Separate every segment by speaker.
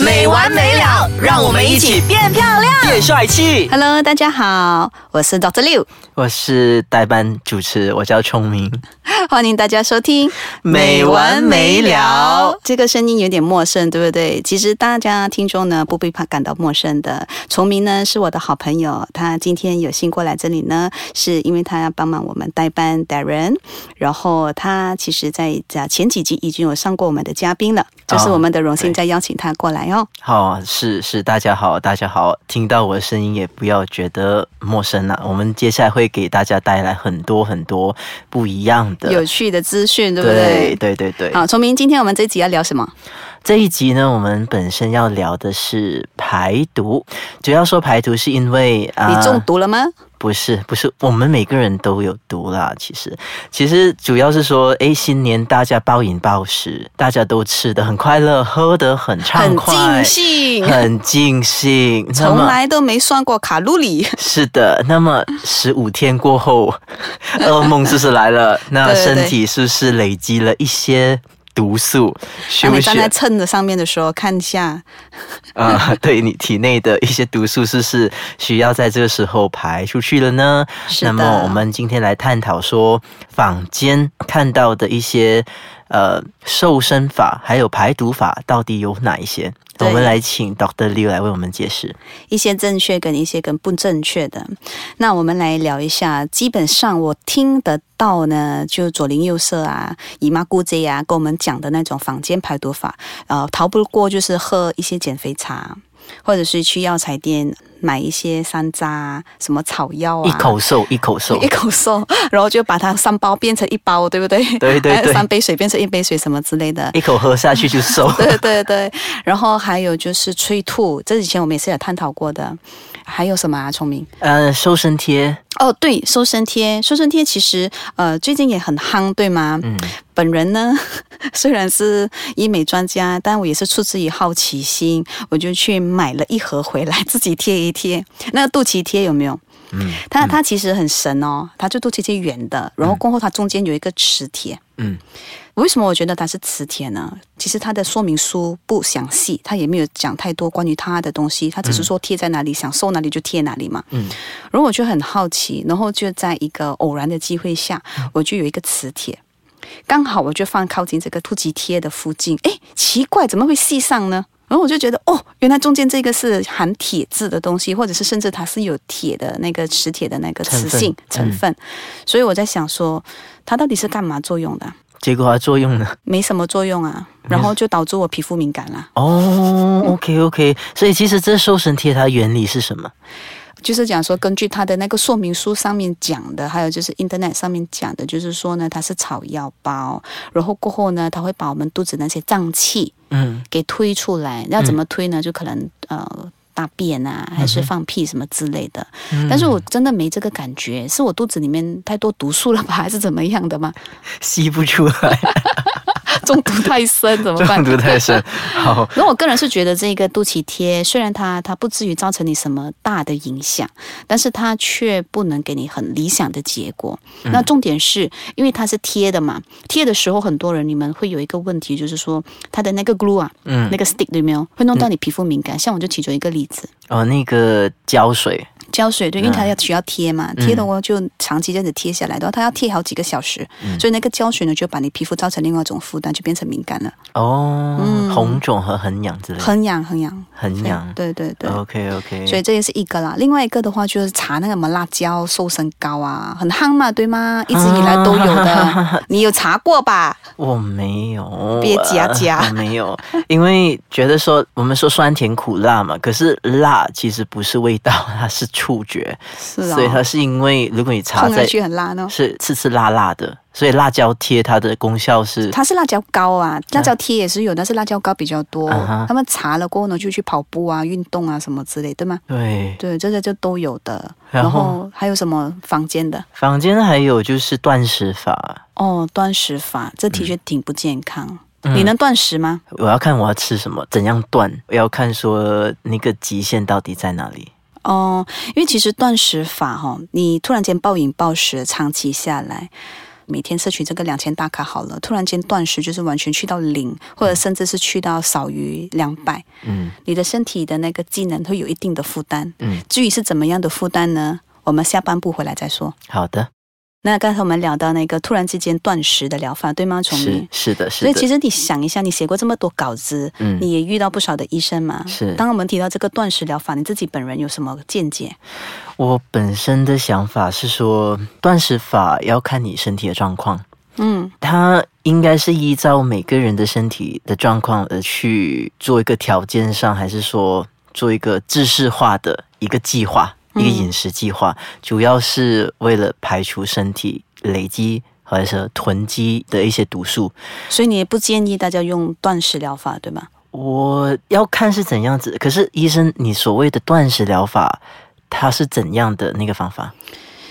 Speaker 1: 没完没了，让我们一起变漂
Speaker 2: 啊
Speaker 1: 亮。
Speaker 3: 变帅气。
Speaker 2: Hello，大家好，我是 Doctor 六，
Speaker 3: 我是代班主持，我叫聪明。
Speaker 2: 欢迎大家收听《
Speaker 3: 没完没了。
Speaker 2: 这个声音有点陌生，对不对？其实大家听众呢不必怕感到陌生的。崇明呢是我的好朋友，他今天有幸过来这里呢，是因为他要帮忙我们代班 Darren。然后他其实在在前几集已经有上过我们的嘉宾了，这、就是我们的荣幸
Speaker 3: 对
Speaker 2: 再邀请他过来哦。
Speaker 3: 好，是是，大家好，大家好，听到我的声音也不要觉得陌生啊了。我们接下来会给大家带来很多很多不一样的，
Speaker 2: 有趣的资讯，对不
Speaker 3: 对
Speaker 2: 对？
Speaker 3: 对对对。
Speaker 2: 好，崇明，今天我们这一集要聊什么？
Speaker 3: 这一集呢，我们本身要聊的是排毒，主要说排毒是因为啊，
Speaker 2: 你中毒了吗？
Speaker 3: 不是，不是，我们每个人都有毒啦。其实，其实主要是说，诶，新年大家暴饮暴食，大家都吃的很快乐，喝得很畅
Speaker 2: 很
Speaker 3: 快，
Speaker 2: 尽兴，
Speaker 3: 很尽兴。那
Speaker 2: 从
Speaker 3: 么
Speaker 2: 来都没算过卡 路里。
Speaker 3: 是的，那么十五天过 后，噩梦是不是来了？那
Speaker 2: 对对对
Speaker 3: 身体是不是累积了一些毒素？需
Speaker 2: 当
Speaker 3: 不
Speaker 2: 你
Speaker 3: 需
Speaker 2: 站在秤子上面的时候，看一下，
Speaker 3: 啊、对你体内的一些毒素是不是需要在这个时候排出去了呢？
Speaker 2: 是
Speaker 3: 那
Speaker 2: 的
Speaker 3: 么我们今天来探讨说坊间看到的一些呃瘦身法还有排毒法到底有哪一些？我
Speaker 2: 对
Speaker 3: 们来请 Doctor Liu 来为我们解释。
Speaker 2: 一些正确跟一些跟不正确的。那我们来聊一下，基本上我听得到呢，就左邻右舍啊、姨妈姑姐啊，跟我们讲的那种坊间排毒法，呃，逃不过就是喝一些减肥茶，或者是去药材店买一些山楂啊、什么草药啊，
Speaker 3: 一口瘦，一口瘦
Speaker 2: 一，口瘦，然后就把它三包变成一包，对不对？
Speaker 3: 对对
Speaker 2: 还有
Speaker 3: 对
Speaker 2: 三杯水变成一杯水什么之类的。
Speaker 3: 一口喝下去就瘦。
Speaker 2: 对对对，然后还有就是催吐，这以前我们也是有探讨过的。还有什么啊？聪明
Speaker 3: 呃，瘦身贴，
Speaker 2: 哦，对，瘦身贴，瘦身贴其实呃最近也很夯，对吗？
Speaker 3: 嗯，
Speaker 2: 本人呢 虽然是医美专家，但我也是出自于好奇心，我就去买了一盒回来自己贴一贴。那个肚脐贴有没有？
Speaker 3: 嗯，
Speaker 2: 它它其实很神哦，它就肚脐贴圆的，然后过后它中间有一个磁铁。
Speaker 3: 嗯，
Speaker 2: 为什么我觉得它是磁铁呢？其实它的说明书不详细，它也没有讲太多关于它的东西，它只是说贴在哪里，想瘦哪里就贴哪里嘛。
Speaker 3: 嗯，
Speaker 2: 然后我就很好奇，然后就在一个偶然的机会下，
Speaker 3: 嗯
Speaker 2: 我就有一个磁铁。刚好我就放靠近这个突击贴的附近，诶，奇怪，怎么会系上呢？然后我就觉得，哦，原来中间这个是含铁质的东西，或者是甚至它是有铁的那个磁铁的那个磁性
Speaker 3: 成分嗯
Speaker 2: 成分，所以我在想说，它到底是干嘛作用的啊？
Speaker 3: 结果它作用呢？
Speaker 2: 没什么作用啊，
Speaker 3: 嗯
Speaker 2: 然后就导致我皮肤敏感啦。
Speaker 3: 哦，OK OK，所以其实这瘦身贴它原理是什么？
Speaker 2: 就是讲说，根据它的那个说明书上面讲的，还有就是 Internet 上面讲的，就是说呢，它是草药包，然后过后呢，它会把我们肚子那些胀气
Speaker 3: 嗯
Speaker 2: 给推出来。要怎么推呢？就可能呃大便啊，还是放屁什么之类的。
Speaker 3: 嗯
Speaker 2: 但是我真的没这个感觉，是我肚子里面太多毒素了吧，还是怎么样的吗？
Speaker 3: 吸不出来，
Speaker 2: 中毒太深怎么办？
Speaker 3: 中毒太 深。好，
Speaker 2: 那我个人是觉得这个肚脐贴，虽然它它不至于造成你什么大的影响，但是它却不能给你很理想的结果。
Speaker 3: 嗯
Speaker 2: 那重点是因为它是贴的嘛，贴的时候很多人你们会有一个问题，就是说它的那个 glue 啊，
Speaker 3: 嗯
Speaker 2: 那，个 stick 有没有会弄到你皮肤敏感？像我就其中一个例子，
Speaker 3: 哦，那个胶水，
Speaker 2: 胶水对，因为它
Speaker 3: 嗯
Speaker 2: 要需要贴嘛，
Speaker 3: 嗯
Speaker 2: 贴的话就长期这样子贴下来的话，它要贴好几个小时，
Speaker 3: 嗯
Speaker 2: 所以那个胶水呢就把你皮肤造成另外一种负担，就变成敏感了，
Speaker 3: 哦，红肿和痕痒之类的，
Speaker 2: 嗯很痒很痒，
Speaker 3: 嗯很痒。哦
Speaker 2: 对对对。
Speaker 3: OK OK，
Speaker 2: 所以这也是一个啦。另外一个的话，就是查那个什么辣椒瘦身膏啊，很夯嘛，对吗？一直以来都有
Speaker 3: 啊
Speaker 2: 的，你有查 过吧？
Speaker 3: 我没有，
Speaker 2: 别夹夹
Speaker 3: 我 没有，因为觉得说我们说酸甜苦辣嘛，可是辣其实不是味道，它是触觉，
Speaker 2: 是
Speaker 3: 所以它
Speaker 2: 哦，
Speaker 3: 是因为如果你擦
Speaker 2: 碰上
Speaker 3: 在
Speaker 2: 去很辣呢。
Speaker 3: 是刺刺辣辣的，所以辣椒贴它的功效是
Speaker 2: 它是辣椒膏啊，辣椒贴也是有，但是辣椒膏比较多。
Speaker 3: 啊哈
Speaker 2: 他们查了过后呢，就去跑步啊、运动啊什么之类，对吗？
Speaker 3: 对。
Speaker 2: 对，这些就都有的。
Speaker 3: 然后
Speaker 2: 还有什么房间的？
Speaker 3: 坊间还有就是断食法，
Speaker 2: 哦，断食法，这的确挺不健康。
Speaker 3: 嗯
Speaker 2: 你能断食吗？
Speaker 3: 我要看我要吃什么，怎样断，我要看说那个极限到底在哪里。
Speaker 2: 哦，因为其实断食法哈、哦，你突然间暴饮暴食，长期下来，每天摄取这个两千大卡好了，突然间断食就是完全去到零，或者甚至是去到少于两百，
Speaker 3: 嗯
Speaker 2: 你的身体的那个机能会有一定的负担。
Speaker 3: 嗯，
Speaker 2: 至于是怎么样的负担呢？我们下半部回来再说。
Speaker 3: 好的，
Speaker 2: 那刚才我们聊到那个突然之间断食的疗法，对吗？崇
Speaker 3: 是
Speaker 2: 明。
Speaker 3: 是的，
Speaker 2: 所
Speaker 3: 是
Speaker 2: 以其
Speaker 3: 的，
Speaker 2: 实你想一下，你写过这么多稿子，
Speaker 3: 嗯
Speaker 2: 你也遇到不少的医生嘛。
Speaker 3: 是
Speaker 2: 当我们提到这个断食疗法，你自己本人有什么见解？
Speaker 3: 我本身的想法是说，断食法要看你身体的状况，
Speaker 2: 嗯
Speaker 3: 它应该是依照每个人的身体的状况而去做一个条件上，还是说做一个制式化的一个计划，
Speaker 2: 嗯
Speaker 3: 一个饮食计划，主要是为了排除身体累积或者是囤积的一些毒素。
Speaker 2: 所以你也不建议大家用断食疗法，对吧？
Speaker 3: 我要看是怎样子，可是医生，你所谓的断食疗法，它是怎样的那个方法？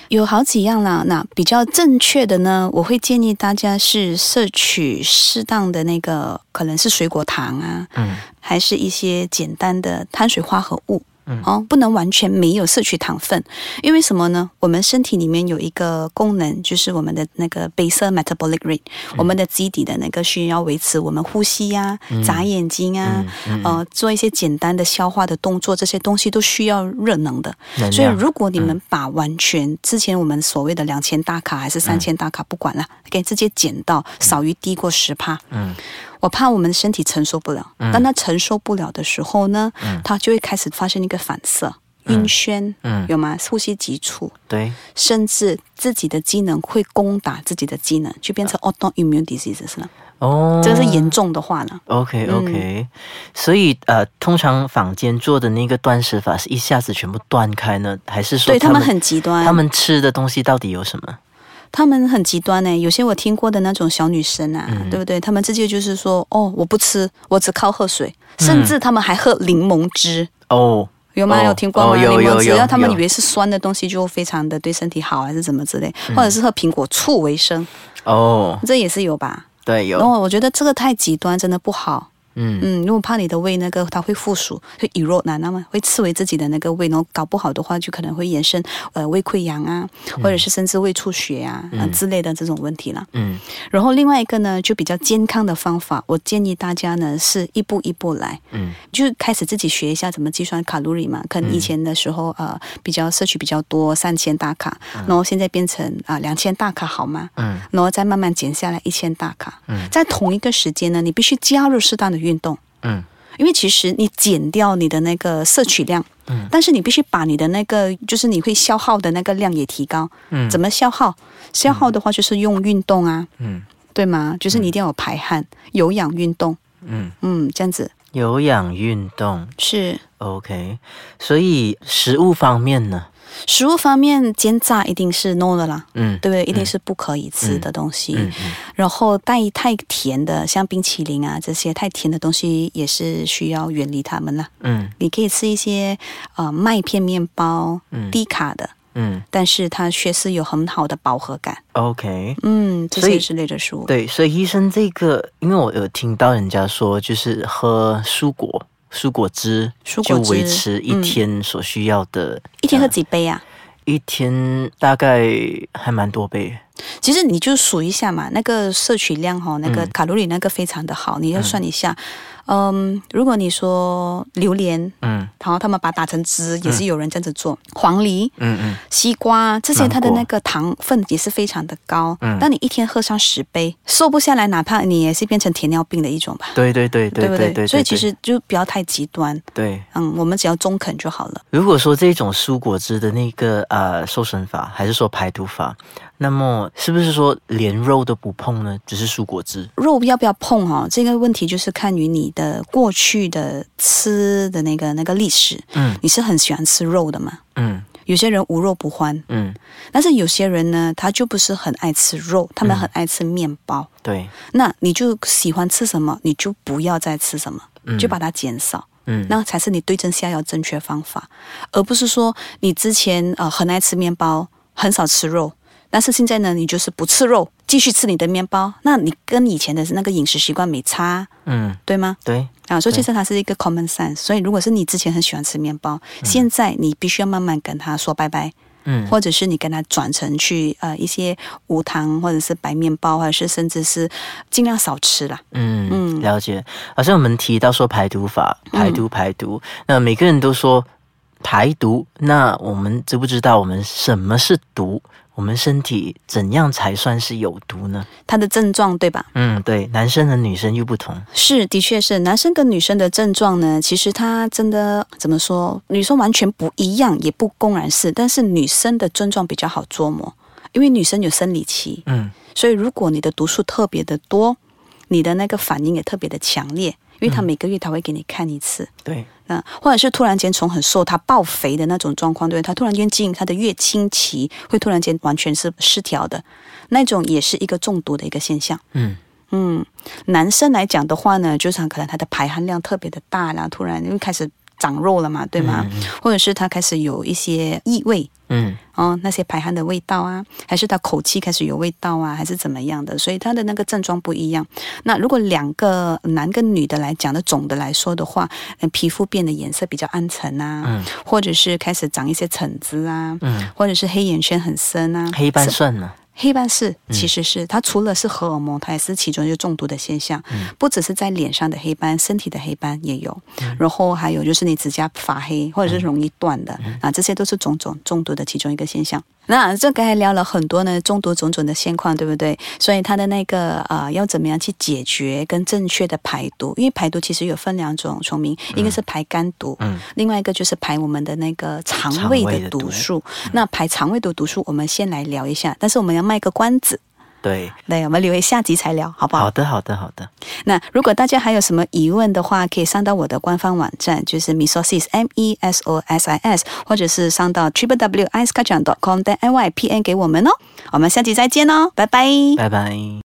Speaker 2: 有好几样啦，那比较正确的呢，我会建议大家是摄取适当的那个，可能是水果糖啊，
Speaker 3: 嗯，
Speaker 2: 还是一些简单的碳水化合物。
Speaker 3: 嗯
Speaker 2: 哦，不能完全没有摄取糖分，因为什么呢？我们身体里面有一个功能，就是我们的那个 basal metabolic rate，、我
Speaker 3: 嗯
Speaker 2: 们的基底的那个需要维持我们呼吸呀、
Speaker 3: 嗯
Speaker 2: 眨眼睛啊，呃，做一些简单的消化的动作，这些东西都需要热能的。
Speaker 3: 能
Speaker 2: 所以，
Speaker 3: 量嗯
Speaker 2: 如果你们把完全之前我们所谓的两千大卡还是三
Speaker 3: 嗯
Speaker 2: 千大卡不管了，给、直接减到少于低过十帕，
Speaker 3: 嗯，
Speaker 2: 我怕我们身体承受不了。当它承受不了的时候呢，它就会开始发生一个反射，晕眩，
Speaker 3: 嗯
Speaker 2: 有吗？呼吸急促，
Speaker 3: 对，
Speaker 2: 甚至自己的机能会攻打自己的机能，就变成
Speaker 3: 啊
Speaker 2: autoimmune diseases 了。
Speaker 3: 哦，
Speaker 2: 这个是严嗯重的话呢，
Speaker 3: OK OK，、所以呃，通常坊间做的那个断食法是一下子全部断开呢，还是说
Speaker 2: 对他们很极端，
Speaker 3: 他们吃的东西到底有什么？
Speaker 2: 他们很极端呢、欸有些我听过的那种小女生啊，
Speaker 3: 嗯
Speaker 2: 对不对？她们直接就是说，哦，我不吃，我只靠喝水，
Speaker 3: 嗯
Speaker 2: 甚至她们还喝柠檬汁。
Speaker 3: 哦，
Speaker 2: 有吗？
Speaker 3: 哦
Speaker 2: 有听过吗？
Speaker 3: 哦有
Speaker 2: 柠檬
Speaker 3: 有
Speaker 2: 汁，
Speaker 3: 有
Speaker 2: 然后他们
Speaker 3: 有
Speaker 2: 以为是酸的东西就非常的对身体好，还是怎么之类，
Speaker 3: 嗯
Speaker 2: 或者是喝苹果醋为生，
Speaker 3: 哦，
Speaker 2: 这也是有吧？
Speaker 3: 对，
Speaker 2: 然
Speaker 3: 有，
Speaker 2: 后我觉得这个太极端，真的不好。
Speaker 3: 嗯
Speaker 2: 嗯，因为我怕你的胃那个它会附属，会 erode 那么会刺为自己的那个胃，然后搞不好的话就可能会延伸呃胃溃疡啊，或者是甚至胃出血啊、啊之类的这种问题了。
Speaker 3: 嗯
Speaker 2: 然后另外一个呢，就比较健康的方法，我建议大家呢是一步一步来，
Speaker 3: 嗯
Speaker 2: 就开始自己学一下怎么计算卡路里嘛。可能以前的时候、呃比较摄取比较多三千大卡，然后现在变成啊两千大卡好吗？
Speaker 3: 嗯
Speaker 2: 然后再慢慢减下来一千大卡。
Speaker 3: 嗯
Speaker 2: 在同一个时间呢，你必须加入适当的运动。
Speaker 3: 嗯
Speaker 2: 因为其实你减掉你的那个摄取量，
Speaker 3: 嗯
Speaker 2: 但是你必须把你的那个就是你会消耗的那个量也提高。
Speaker 3: 嗯
Speaker 2: 怎么消耗？消耗的话就是用运动啊，
Speaker 3: 嗯
Speaker 2: 对吗？就是你一定要有排汗、有氧运动，
Speaker 3: 嗯，
Speaker 2: 嗯，这样子
Speaker 3: 有氧运动
Speaker 2: 是。
Speaker 3: ，OK，所以食物方面呢，
Speaker 2: 食物方面，煎炸一定是 no 的啦，
Speaker 3: 嗯
Speaker 2: 对不对？一定是不可以吃的东西。
Speaker 3: 嗯嗯
Speaker 2: 然后带太甜的，像冰淇淋啊这些太甜的东西，也是需要远离它们啦。
Speaker 3: 嗯
Speaker 2: 你可以吃一些呃麦片面包，
Speaker 3: 嗯
Speaker 2: 低卡的，
Speaker 3: 嗯
Speaker 2: 但是它确实有很好的饱和感。
Speaker 3: ，OK，
Speaker 2: 嗯，这
Speaker 3: 所以
Speaker 2: 些之类的食物。
Speaker 3: 对，所以医生这个，因为我有听到人家说，就是喝蔬果、蔬果汁，
Speaker 2: 蔬
Speaker 3: 就
Speaker 2: 果汁
Speaker 3: 维持一
Speaker 2: 嗯
Speaker 3: 天所需要的，
Speaker 2: 一天喝几杯啊？
Speaker 3: 一天大概还蛮多杯。
Speaker 2: 其实你就数一下嘛，那个摄取量哈、那个
Speaker 3: 嗯
Speaker 2: 卡路里那个非常的好，你要算一下。嗯，如果你说榴莲，
Speaker 3: 嗯
Speaker 2: 然后他们把它打成汁，也是有人这样子做。黄梨、
Speaker 3: 嗯嗯
Speaker 2: 西瓜这些，它的
Speaker 3: 芒果
Speaker 2: 那个糖分也是非常的高。
Speaker 3: 嗯
Speaker 2: 当你一天喝上十杯，瘦不下来，哪怕你也是变成糖尿病的一种吧，
Speaker 3: 对对对对
Speaker 2: 不
Speaker 3: 对对，
Speaker 2: 所以
Speaker 3: 对
Speaker 2: 其实就不要太极端，
Speaker 3: 对。
Speaker 2: 嗯，我们只要中肯就好了。
Speaker 3: 如果说这种蔬果汁的那个呃瘦身法，还是说排毒法，那么是不是说连肉都不碰呢？只是蔬果汁？
Speaker 2: 肉要不要碰哦？这个问题就是看于你的过去的吃的那个那个历史。
Speaker 3: 嗯
Speaker 2: 你是很喜欢吃肉的嘛？
Speaker 3: 嗯
Speaker 2: 有些人无肉不欢，
Speaker 3: 嗯，
Speaker 2: 但是有些人呢，他就不是很爱吃肉，他们很爱吃面包。
Speaker 3: 对，
Speaker 2: 那你就喜欢吃什么，你就不要再吃什么，
Speaker 3: 嗯
Speaker 2: 就把它减少。
Speaker 3: 嗯
Speaker 2: 那才是你对症下药正确方法，而不是说你之前呃很爱吃面包，很少吃肉，但是现在呢，你就是不吃肉，继续吃你的面包，那你跟以前的那个饮食习惯没差，
Speaker 3: 嗯
Speaker 2: 对吗？
Speaker 3: 对，
Speaker 2: 啊，所以
Speaker 3: 对
Speaker 2: 其实它是一个 common sense。所以如果是你之前很喜欢吃面包，现在你必须要慢慢跟它说拜拜，
Speaker 3: 嗯
Speaker 2: 或者是你跟它转成去呃一些无糖或者是白面包，或者是甚至是尽量少吃啦。
Speaker 3: 嗯，
Speaker 2: 嗯
Speaker 3: 了解。好像我们提到说排毒法，排毒排毒，那每个人都说排毒，那我们知不知道我们什么是毒？我们身体怎样才算是有毒呢？
Speaker 2: 它的症状对吧？
Speaker 3: 嗯，对，男生和女生又不同。
Speaker 2: 是，的确是男生跟女生的症状呢，其实它真的怎么说，女生完全不一样，也不公然是，但是女生的症状比较好捉摸，因为女生有生理期，
Speaker 3: 嗯
Speaker 2: 所以如果你的毒素特别的多，你的那个反应也特别的强烈，因为她每个月她会给你看一次。
Speaker 3: 对，
Speaker 2: 嗯，或者是突然间从很瘦她爆肥的那种状况，对不对？她突然间进她的月经期，会突然间完全是失调的，那种也是一个中毒的一个现象。
Speaker 3: 嗯
Speaker 2: 嗯，男生来讲的话呢，就是可能他的排汗量特别的大啦，突然因为开始长肉了嘛，对吗？或者是他开始有一些异味。
Speaker 3: 嗯
Speaker 2: 哦，那些排汗的味道啊，还是他口气开始有味道啊，还是怎么样的？所以他的那个症状不一样。那如果两个男跟女的来讲的，总的来说的话，嗯皮肤变得颜色比较暗沉啊，
Speaker 3: 嗯
Speaker 2: 或者是开始长一些疹子啊，
Speaker 3: 嗯，
Speaker 2: 或者是黑眼圈很深啊，
Speaker 3: 黑斑
Speaker 2: 是
Speaker 3: 算吗？
Speaker 2: 黑斑是，其实是、它除了是荷尔蒙，它也是其中一个中毒的现象。
Speaker 3: 嗯
Speaker 2: 不只是在脸上的黑斑，身体的黑斑也有。然后还有就是你指甲发黑，或者是容易断
Speaker 3: 嗯
Speaker 2: 的、啊，这些都是种种中毒的其中一个现象。那这刚才聊了很多呢，中毒种种的现况，对不对？所以它的那个呃，要怎么样去解决跟正确的排毒？因为排毒其实有分两种，崇明，一个是排肝毒，
Speaker 3: 嗯
Speaker 2: 另外一个就是排我们的那个肠
Speaker 3: 肠
Speaker 2: 胃
Speaker 3: 胃
Speaker 2: 的
Speaker 3: 的毒
Speaker 2: 毒素。那排肠胃的毒素，我们先来聊一下，但是我们要卖个关子。
Speaker 3: 对，
Speaker 2: 对，我们留为下集才聊，好不好？
Speaker 3: 好的，好的，好的。
Speaker 2: 那如果大家还有什么疑问的话，可以上到我的官方网站，就是 mesosis m e s o s i s，或者是上到 triple w i c e k a c a n g com 的 n y p n 给我们哦。我们下集再见哦，拜拜
Speaker 3: 拜拜。